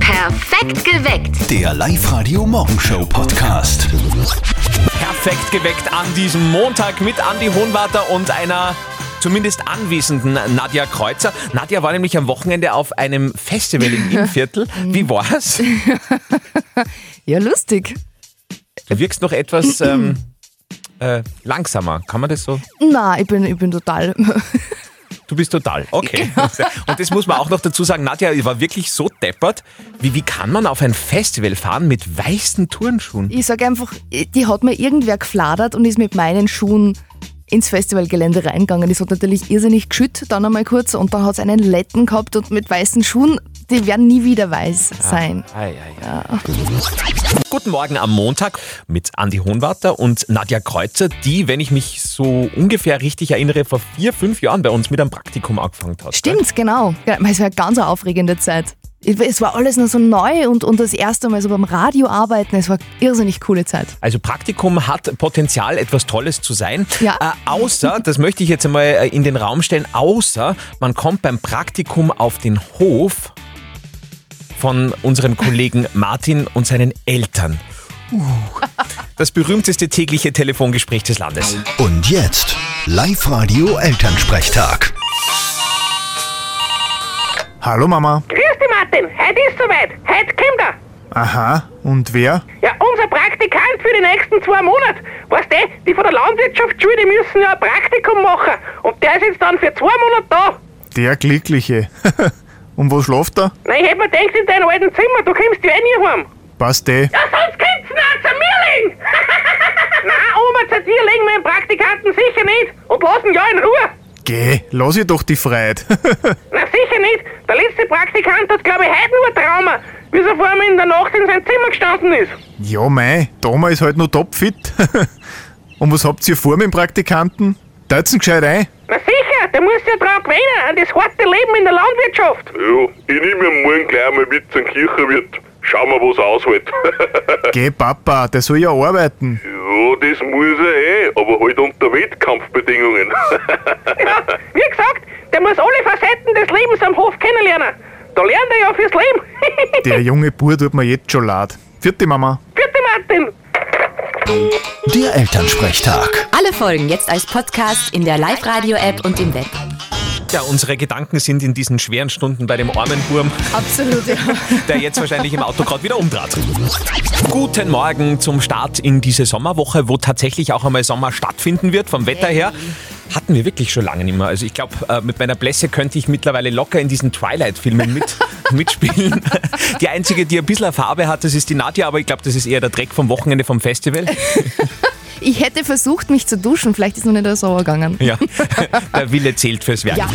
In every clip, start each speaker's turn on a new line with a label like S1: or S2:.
S1: Perfekt geweckt.
S2: Der Live-Radio-Morgenshow-Podcast.
S3: Perfekt geweckt an diesem Montag mit Andi Hohenwarter und einer zumindest anwesenden Nadja Kreuzer. Nadja war nämlich am Wochenende auf einem Festival im Innviertel. Wie war's?
S4: Ja, lustig.
S3: Du wirkst noch etwas ähm, äh, langsamer. Kann man das so?
S4: Na, ich bin, ich bin total.
S3: Du bist total. Okay. Und das muss man auch noch dazu sagen. Nadja war wirklich so deppert. Wie, wie kann man auf ein Festival fahren mit weißen Turnschuhen?
S4: Ich sage einfach, die hat mir irgendwer gefladert und ist mit meinen Schuhen ins Festivalgelände reingegangen. Das hat natürlich irrsinnig geschüttet, dann einmal kurz und dann hat es einen Letten gehabt und mit weißen Schuhen, die werden nie wieder weiß sein.
S3: Ah, Ei, ei, ei. Guten Morgen am Montag mit Andi Hohenwarter und Nadja Kreuzer, die, wenn ich mich so ungefähr richtig erinnere, vor vier, fünf Jahren bei uns mit einem Praktikum angefangen hat.
S4: Stimmt, genau. Ja, weil Es war eine ganz aufregende Zeit. Es war alles noch so neu und, und das erste Mal so beim Radio arbeiten, es war eine irrsinnig coole Zeit.
S3: Also Praktikum hat Potenzial, etwas Tolles zu sein.
S4: Ja.
S3: Äh, außer, das möchte ich jetzt einmal äh, in den Raum stellen, außer man kommt beim Praktikum auf den Hof von unserem Kollegen Martin und seinen Eltern. Uh, das berühmteste tägliche Telefongespräch des Landes.
S2: Und jetzt Live-Radio-Elternsprechtag.
S5: Hallo Mama.
S6: Grüß dich, Martin. Heute ist soweit. Heute kommt er.
S5: Aha, und wer?
S6: Ja, unser Praktikant für die nächsten zwei Monate. Weißt du, die von der Landwirtschaftsschule, die müssen ja ein Praktikum machen. Und der ist jetzt dann für zwei Monate da.
S5: Der Glückliche. und wo schläft er?
S6: Na, ich hätte mir gedacht, in deinem alten Zimmer, du kommst ja eh nie heim.
S5: Passt eh.
S6: Ja, sonst kommt's noch zu mir liegen. Nein, Oma, zu dir legen wir den Praktikanten sicher nicht. Und lassen ja in Ruhe.
S5: Geh, lass ihr doch die Freiheit.
S6: Na, sicher nicht. Der letzte Praktikant hat, glaube ich, heute nur ein Trauma, wie er vor allem in der Nacht in sein Zimmer gestanden ist.
S5: ja, mei, Doma ist halt noch topfit. und was habt ihr vor mit dem Praktikanten? Deutschen gescheit ein?
S6: Na sicher, der muss ja drauf gewinnen, an das harte Leben in der Landwirtschaft.
S7: Ja, ich nehme ihn morgen gleich mal mit zum Kirchenwirt. Schauen wir, was er aushält.
S5: Geh, Papa, der soll ja arbeiten.
S7: ja, das muss er eh, aber halt unter Wettkampfbedingungen.
S6: Ja, wie gesagt, der muss alle Facetten des Lebens am Hof kennenlernen. Da lernt er ja fürs Leben.
S5: Der junge Bur tut mir jetzt schon leid. Vierte Mama.
S6: Bitte, Martin.
S2: Der Elternsprechtag.
S8: Alle Folgen jetzt als Podcast in der Live-Radio-App und im Web.
S3: Ja, unsere Gedanken sind in diesen schweren Stunden bei dem armen Wurm,
S4: Absolut, ja.
S3: der jetzt wahrscheinlich im Auto gerade wieder umdraht. Guten Morgen zum Start in diese Sommerwoche, wo tatsächlich auch einmal Sommer stattfinden wird, vom Wetter her. Hatten wir wirklich schon lange nicht mehr. Also ich glaube, äh, mit meiner Blässe könnte ich mittlerweile locker in diesen Twilight-Filmen mit, mitspielen. Die einzige, die ein bisschen eine Farbe hat, das ist die Nadja, aber ich glaube, das ist eher der Dreck vom Wochenende vom Festival.
S4: Ich hätte versucht, mich zu duschen, vielleicht ist noch nicht der Sauer gegangen.
S3: Ja, der Wille zählt fürs Werk.
S4: Ja.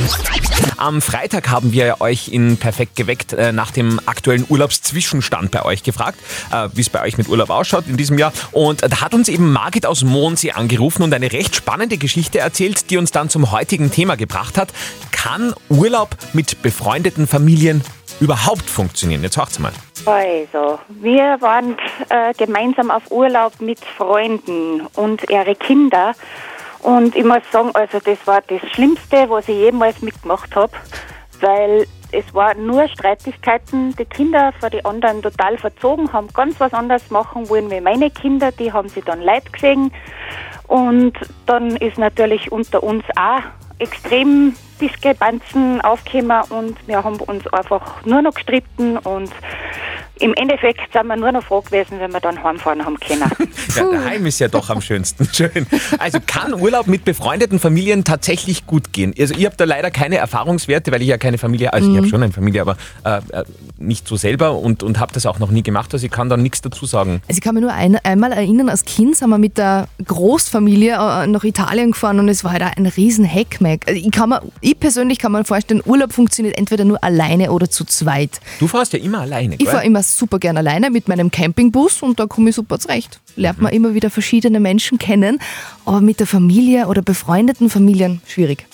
S3: Am Freitag haben wir euch in Perfekt geweckt äh, nach dem aktuellen Urlaubszwischenstand bei euch gefragt, äh, wie es bei euch mit Urlaub ausschaut in diesem Jahr. Und da hat uns eben Margit aus Mondsee angerufen und eine recht spannende Geschichte erzählt, die uns dann zum heutigen Thema gebracht hat. Kann Urlaub mit befreundeten Familien überhaupt funktionieren? Jetzt hört's mal.
S9: Also, wir waren äh, gemeinsam auf Urlaub mit Freunden und ihre Kinder. Und ich muss sagen, also das war das Schlimmste, was ich jemals mitgemacht habe, weil es war nur Streitigkeiten. Die Kinder vor die anderen total verzogen, haben ganz was anderes machen wollen wie meine Kinder. Die haben sie dann leid gesehen. Und dann ist natürlich unter uns auch extrem Diskrepanzen aufgekommen und wir haben uns einfach nur noch gestritten und im Endeffekt sind wir nur noch froh gewesen, wenn wir dann heimfahren haben können.
S3: Ja, daheim ist ja doch am schönsten. Schön. Also kann Urlaub mit befreundeten Familien tatsächlich gut gehen? Also ich habe da leider keine Erfahrungswerte, weil ich ja keine Familie, also ich habe schon eine Familie, aber äh, äh, nicht so selber und, und habe das auch noch nie gemacht. Also ich kann da nichts dazu sagen.
S4: Also ich kann mich nur ein, einmal erinnern, als Kind sind wir mit der Großfamilie äh, nach Italien gefahren und es war halt auch ein riesen Heckmeck. Also ich, kann mir, ich persönlich kann mir vorstellen, Urlaub funktioniert entweder nur alleine oder zu zweit.
S3: Du fährst ja immer alleine,
S4: Ich fahre
S3: gell?
S4: immer super gern alleine mit meinem Campingbus und da komme ich super zurecht. Lernt man immer wieder verschiedene Menschen kennen, aber mit der Familie oder befreundeten Familien schwierig.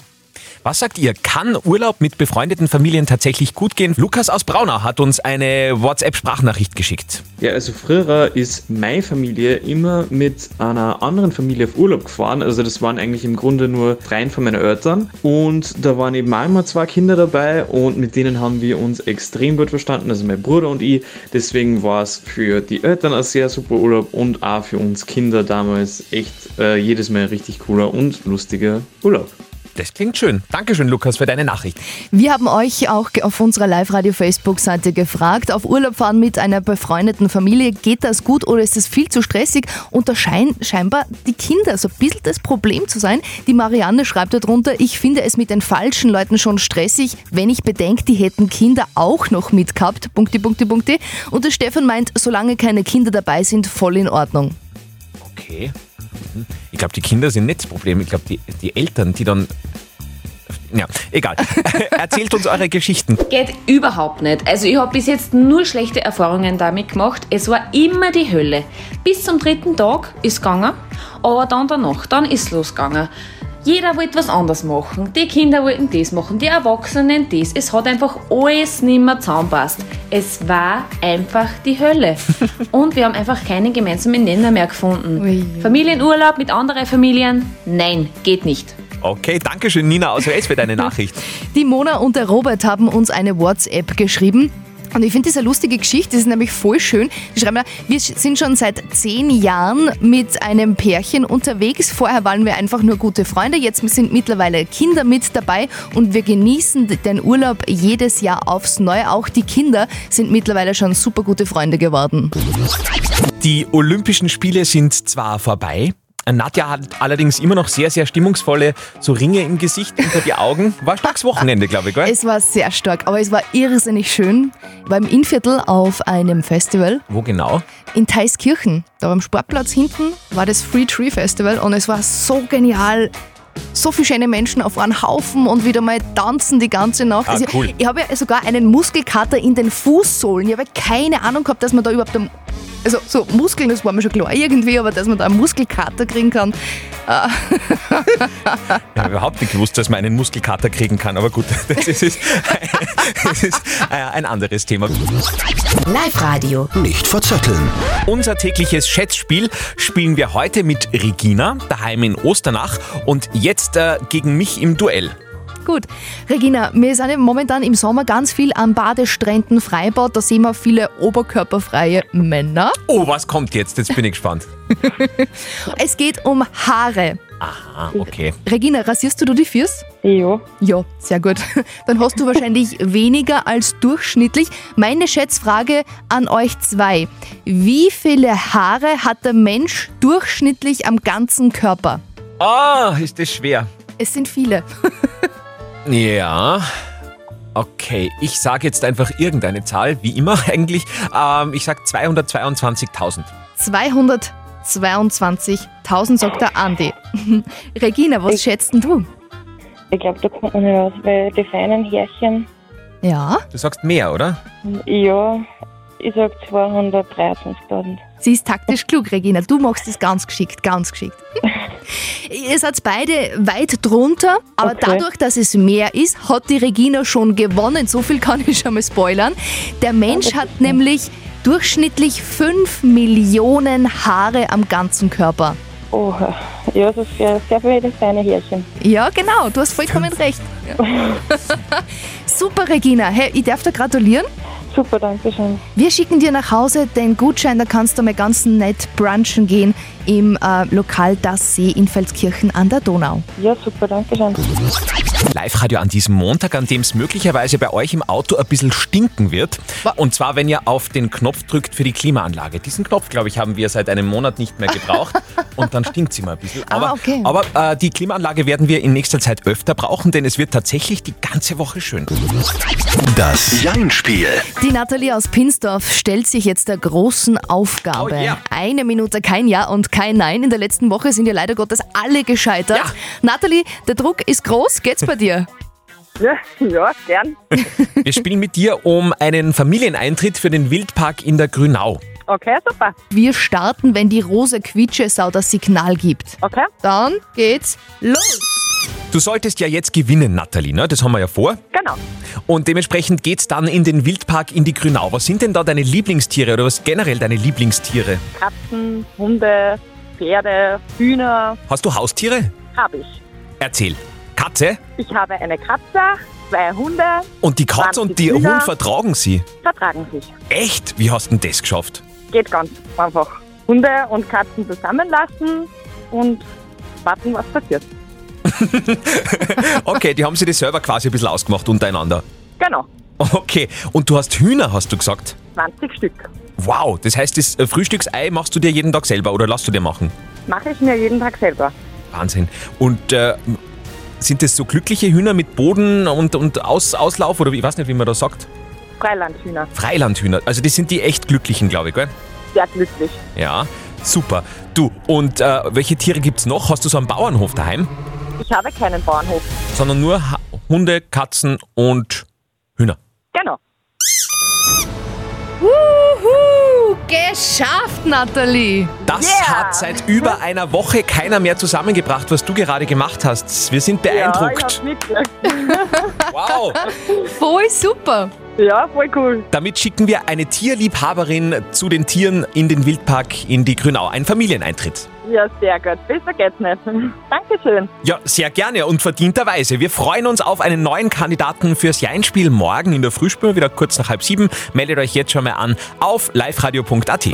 S3: Was sagt ihr? Kann Urlaub mit befreundeten Familien tatsächlich gut gehen? Lukas aus Braunau hat uns eine WhatsApp-Sprachnachricht geschickt.
S1: Ja, also früher ist meine Familie immer mit einer anderen Familie auf Urlaub gefahren. Also das waren eigentlich im Grunde nur Freien von meinen Eltern. Und da waren eben auch immer zwei Kinder dabei und mit denen haben wir uns extrem gut verstanden, also mein Bruder und ich. Deswegen war es für die Eltern ein sehr super Urlaub und auch für uns Kinder damals echt äh, jedes Mal ein richtig cooler und lustiger Urlaub.
S3: Das klingt schön. Dankeschön, Lukas, für deine Nachricht.
S4: Wir haben euch auch ge- auf unserer Live-Radio-Facebook-Seite gefragt, auf Urlaub fahren mit einer befreundeten Familie, geht das gut oder ist es viel zu stressig? Und da scheinen scheinbar die Kinder so ein bisschen das Problem zu sein. Die Marianne schreibt darunter, ich finde es mit den falschen Leuten schon stressig, wenn ich bedenke, die hätten Kinder auch noch mitgehabt. Punkte, Punkte, Punkte. Und der Stefan meint, solange keine Kinder dabei sind, voll in Ordnung.
S3: Okay. Mhm. Ich glaube, die Kinder sind nicht das Problem. Ich glaube, die, die Eltern, die dann. Ja, egal. Erzählt uns eure Geschichten.
S10: Geht überhaupt nicht. Also ich habe bis jetzt nur schlechte Erfahrungen damit gemacht. Es war immer die Hölle. Bis zum dritten Tag ist gegangen, aber dann danach, dann ist losgegangen. Jeder wollte was anderes machen. Die Kinder wollten das machen, die Erwachsenen das. Es hat einfach alles nimmer zusammenpasst. Es war einfach die Hölle. Und wir haben einfach keinen gemeinsamen Nenner mehr gefunden.
S4: Ui.
S10: Familienurlaub mit anderen Familien? Nein, geht nicht.
S3: Okay, Dankeschön, Nina aus Wels, für deine Nachricht.
S4: Die Mona und der Robert haben uns eine WhatsApp geschrieben. Und ich finde das eine lustige Geschichte, das ist nämlich voll schön. Die schreiben, da, wir sind schon seit zehn Jahren mit einem Pärchen unterwegs. Vorher waren wir einfach nur gute Freunde, jetzt sind mittlerweile Kinder mit dabei und wir genießen den Urlaub jedes Jahr aufs Neue. Auch die Kinder sind mittlerweile schon super gute Freunde geworden.
S3: Die Olympischen Spiele sind zwar vorbei, Nadja hat allerdings immer noch sehr, sehr stimmungsvolle so Ringe im Gesicht, unter die Augen. War ein starkes Wochenende, glaube ich, gell?
S4: Es war sehr stark, aber es war irrsinnig schön. Ich war im Innviertel auf einem Festival
S3: Wo genau?
S4: in Teiskirchen. Da am Sportplatz hinten war das Free Tree Festival und es war so genial. So viele schöne Menschen auf einen Haufen und wieder mal tanzen die ganze Nacht. Also
S3: Ah, cool.
S4: ich, ich habe ja sogar einen Muskelkater in den Fußsohlen. Ich habe keine Ahnung gehabt, dass man da überhaupt. am- Also, so Muskeln, das war mir schon klar irgendwie, aber dass man da einen Muskelkater kriegen kann.
S3: Ich habe überhaupt nicht gewusst, dass man einen Muskelkater kriegen kann, aber gut, das ist, das ist äh, ein anderes Thema.
S8: Live-Radio.
S2: Nicht verzetteln.
S3: Unser tägliches Schätzspiel spielen wir heute mit Regina, daheim in Osternach, und jetzt äh, gegen mich im Duell.
S4: Gut. Regina, wir sind ja momentan im Sommer ganz viel an Badestränden, Freibad. Da sehen wir viele oberkörperfreie Männer.
S3: Oh, was kommt jetzt? Jetzt bin ich gespannt.
S4: Es geht um Haare.
S3: Aha, Ah, okay.
S4: Regina, rasierst du dir die Füße?
S9: Ja,
S4: Ja, sehr gut. Dann hast du wahrscheinlich weniger als durchschnittlich. Meine Schätzfrage an euch zwei. Wie viele Haare hat der Mensch durchschnittlich am ganzen Körper?
S3: Ah, ist das schwer.
S4: Es sind viele.
S3: Ja. Okay, ich sage jetzt einfach irgendeine Zahl, wie immer eigentlich. Ähm, ich sage 222.000.
S4: 222.000, sagt der Andi. Regina, was schätzt denn du?
S9: ich glaube, da kommt man nicht raus, weil die feinen Härchen,
S4: Ja,
S3: Du sagst mehr, oder?
S9: ja, ich sag 223.000.
S4: sie ist taktisch klug, Regina. Du machst es ganz geschickt, ganz geschickt. Ihr seid beide weit drunter, aber
S9: Okay.
S4: dadurch, dass es mehr ist, hat die Regina schon gewonnen. So viel kann ich schon mal spoilern. Der Mensch hat nämlich durchschnittlich 5 Millionen Haare am ganzen Körper.
S9: Oha, ja, das ist ja sehr viele feine Härchen.
S4: Ja, genau, du hast vollkommen recht. Super, Regina. Hey, ich darf dir gratulieren.
S9: Super, danke schön.
S4: Wir schicken dir nach Hause den Gutschein, da kannst du mal ganz nett brunchen gehen im äh, Lokal Das See in Feldkirchen an der Donau.
S9: Ja, super, danke schön.
S3: Live-Radio an diesem Montag, an dem es möglicherweise bei euch im Auto ein bisschen stinken wird. Und zwar, wenn ihr auf den Knopf drückt für die Klimaanlage. Diesen Knopf, glaube ich, haben wir seit einem Monat nicht mehr gebraucht. Und dann stinkt sie mal ein bisschen. Aber,
S4: Ah, okay.
S3: aber äh, die Klimaanlage werden wir in nächster Zeit öfter brauchen, denn es wird tatsächlich die ganze Woche schön.
S2: Das Jein-Spiel.
S4: Die Nathalie aus Pinsdorf stellt sich jetzt der großen Aufgabe.
S3: Oh ja.
S4: Eine Minute kein Ja und kein Nein. In der letzten Woche sind ja leider Gottes alle gescheitert.
S3: Ja.
S4: Nathalie, der Druck ist groß. Geht's bei dir?
S9: Ja, ja, gern.
S3: Wir spielen mit dir um einen Familieneintritt für den Wildpark in der Grünau.
S9: Okay, super.
S4: Wir starten, wenn die rosa Quietschesau das Signal gibt.
S9: Okay.
S4: Dann geht's los.
S3: Du solltest ja jetzt gewinnen, Nathalie, ne? das haben wir ja vor.
S9: Genau.
S3: Und dementsprechend geht's dann in den Wildpark in die Grünau. Was sind denn da deine Lieblingstiere oder was generell deine Lieblingstiere?
S9: Katzen, Hunde, Pferde, Hühner
S3: Hast du Haustiere?
S9: habe ich.
S3: Erzähl. Katze?
S9: Ich habe eine Katze, zwei Hunde,
S3: Und die Katze und die
S9: Hühner.
S3: Hund vertragen sie.
S9: vertragen sich.
S3: Echt? Wie hast denn das geschafft?
S9: Geht ganz einfach. Hunde und Katzen zusammenlassen und warten, was passiert.
S3: Okay, die haben sie das selber quasi ein bisschen ausgemacht untereinander.
S9: Genau,
S3: Okay, und du hast Hühner, hast du gesagt?
S9: 20 Stück.
S3: Wow, das heißt, das äh, Frühstücksei machst du dir jeden Tag selber oder lässt du dir machen?
S9: Mache ich mir jeden Tag selber.
S3: Wahnsinn. Und äh, sind das so glückliche Hühner mit Boden und, und Aus, Auslauf oder wie- ich weiß nicht, wie man das sagt?
S9: Freilandhühner,
S3: Freilandhühner. Also das sind die echt glücklichen, glaube ich, gell?
S9: sehr glücklich.
S3: Ja, super. Du, und äh, welche Tiere gibt's noch? Hast du so einen Bauernhof daheim?
S9: Ich habe keinen Bauernhof.
S3: Sondern nur Ha- Hunde, Katzen und Hühner.
S9: Genau.
S4: Wuhu! Geschafft, Nathalie!
S3: Das
S4: Yeah.
S3: hat seit über einer Woche keiner mehr zusammengebracht, was du gerade gemacht hast. Wir sind
S9: Ah,
S3: beeindruckt. wow!
S4: Voll super!
S9: Ja, voll cool.
S3: Damit schicken wir eine Tierliebhaberin zu den Tieren in den Wildpark in die Grünau. Ein Familieneintritt.
S9: Ja, sehr gut. Besser geht's nicht. Dankeschön.
S3: Ja, sehr gerne und verdienterweise. Wir freuen uns auf einen neuen Kandidaten fürs Jeinspiel morgen in der Frühspür, wieder kurz nach halb sieben. Meldet euch jetzt schon mal an auf liveradio.at.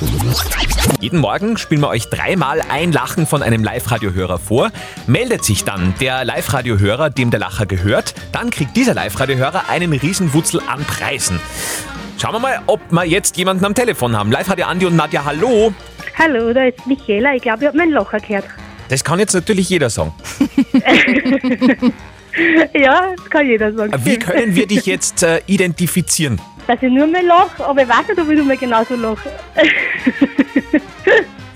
S3: Jeden Morgen spielen wir euch dreimal ein Lachen von einem Live-Radio-Hörer vor. Meldet sich dann der Live-Radio-Hörer, dem der Lacher gehört, dann kriegt dieser Live-Radio-Hörer einen Riesenwutzel an Preisen. Schauen wir mal, ob wir jetzt jemanden am Telefon haben. Live-Radio Andi und Nadja, hallo.
S11: Hallo, da ist Michaela. Ich glaube, ich habe mein Loch erklärt.
S3: Das kann jetzt natürlich jeder sagen.
S11: ja, das kann jeder sagen.
S3: Äh, Wie können wir dich jetzt äh, identifizieren?
S11: Dass ich nur mehr lache, aber ich weiß nicht, ob ich nur mehr genauso lache.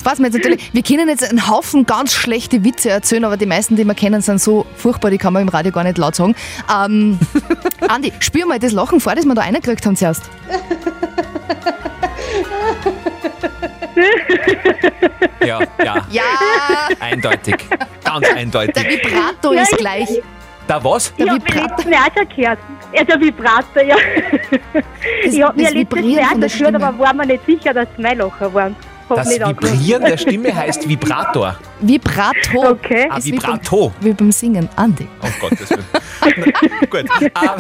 S4: Was wir jetzt natürlich, wir können jetzt einen Haufen ganz schlechte Witze erzählen, aber die meisten, die wir kennen, sind so furchtbar, die kann man im Radio gar nicht laut sagen. Ähm, Andi, spür mal das Lachen vor, das wir da reingekriegt haben zuerst.
S3: Ja, ja.
S4: Ja.
S3: Eindeutig. Ganz eindeutig.
S4: Vibrato
S11: Ja,
S4: ist
S11: ich-
S4: gleich.
S3: Da was?
S11: ich habe mir letztes Mal auch schon gehört. Ja, der Vibrator, ja. ich habe mir
S4: das
S11: letztes Mal
S4: Vibrieren
S11: auch
S4: von der
S11: schon gehört,
S4: Stimme.
S11: aber war mir nicht sicher, dass es mein Locher waren. Hab
S3: Das
S11: nicht angeschaut.
S3: Vibrieren der Stimme heißt Vibrator.
S4: Vibrato.
S11: Okay.
S3: Ah, Vibrato.
S4: Wie beim, wie beim Singen, Andi.
S3: Oh Gott, das Gut. Ah,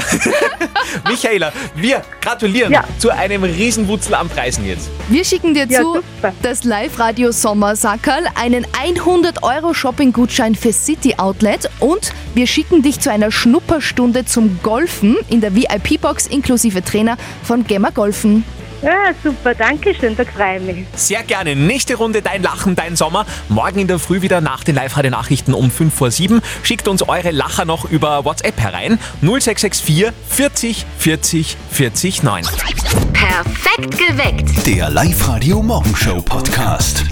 S3: Michaela, wir gratulieren
S4: Ja.
S3: zu einem Riesenwutzel an Preisen jetzt.
S4: Wir schicken dir zu das Live-Radio Sommersackerl, einen 100-Euro-Shopping-Gutschein für City Outlet und wir schicken dich zu einer Schnupperstunde zum Golfen in der VIP-Box inklusive Trainer von Gemma Golfen.
S11: Ja, super, danke schön, da freue ich mich.
S3: Sehr gerne. Nächste Runde Dein Lachen, Dein Sommer. Morgen in der Früh wieder nach den Live-Radio-Nachrichten um 5 vor 7. Schickt uns eure Lacher noch über WhatsApp herein. 0664 40 40 40 9.
S8: Perfekt geweckt.
S2: Der Live-Radio Morgenshow Podcast.